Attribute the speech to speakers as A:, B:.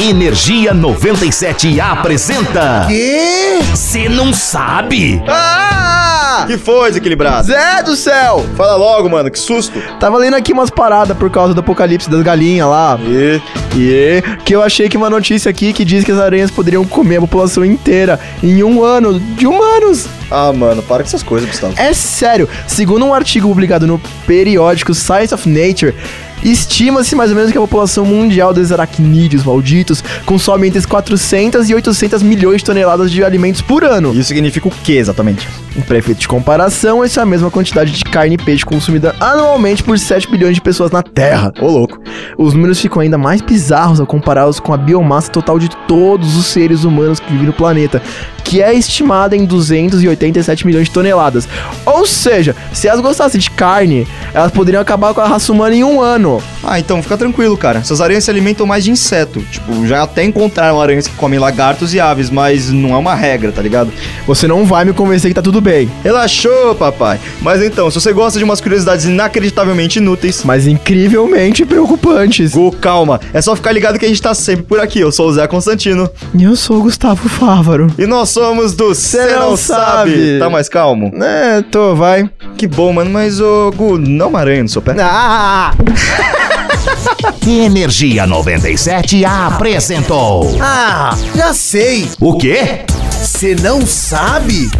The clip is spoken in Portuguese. A: Energia 97 apresenta.
B: Quê?
A: Você não sabe?
B: Ah!
C: Que foi, desequilibrado?
B: Zé do céu!
C: Fala logo, mano, que susto.
B: Tava lendo aqui umas paradas por causa do apocalipse das galinhas lá.
C: E
B: E que eu achei que uma notícia aqui que diz que as aranhas poderiam comer a população inteira em um ano de humanos.
C: ah, mano, para com essas coisas, Gustavo.
B: É sério, segundo um artigo publicado no periódico Science of Nature, estima-se mais ou menos que a população mundial dos aracnídeos malditos consome entre 400 e 800 milhões de toneladas de alimentos por ano.
C: Isso significa o que exatamente?
B: Para efeito Um de comparação, essa é a mesma quantidade de carne e peixe consumida anualmente por 7 bilhões de pessoas na Terra.
C: Ô louco.
B: Os números ficam ainda mais bizarros ao compará-los com a biomassa total de todos os seres humanos que vivem no planeta, que é estimada em 287 milhões de toneladas. Ou seja, se elas gostassem de carne, elas poderiam acabar com a raça humana em um ano.
C: Ah, então fica tranquilo, cara. Essas aranhas se alimentam mais de inseto. Tipo, já até encontraram aranhas que comem lagartos e aves, mas não é uma regra, tá ligado?
B: Você não vai me convencer que tá tudo bem,
C: Relaxou, papai. Mas então, se você gosta de umas curiosidades inacreditavelmente inúteis,
B: mas incrivelmente preocupantes.
C: Gu, calma. É só ficar ligado que a gente tá sempre por aqui. Eu sou o Zé Constantino.
B: E eu sou o Gustavo Fávaro.
C: E nós somos do Cê
B: Não
C: Não Sabe.
B: Sabe.
C: Tá mais calmo?
B: É, tô, vai.
C: Que bom, mano. Mas, ô, Gu, não é uma aranha no seu pé?
B: Ah!
A: Energia 97 apresentou.
D: Ah, já sei!
A: O quê?
D: Você não sabe?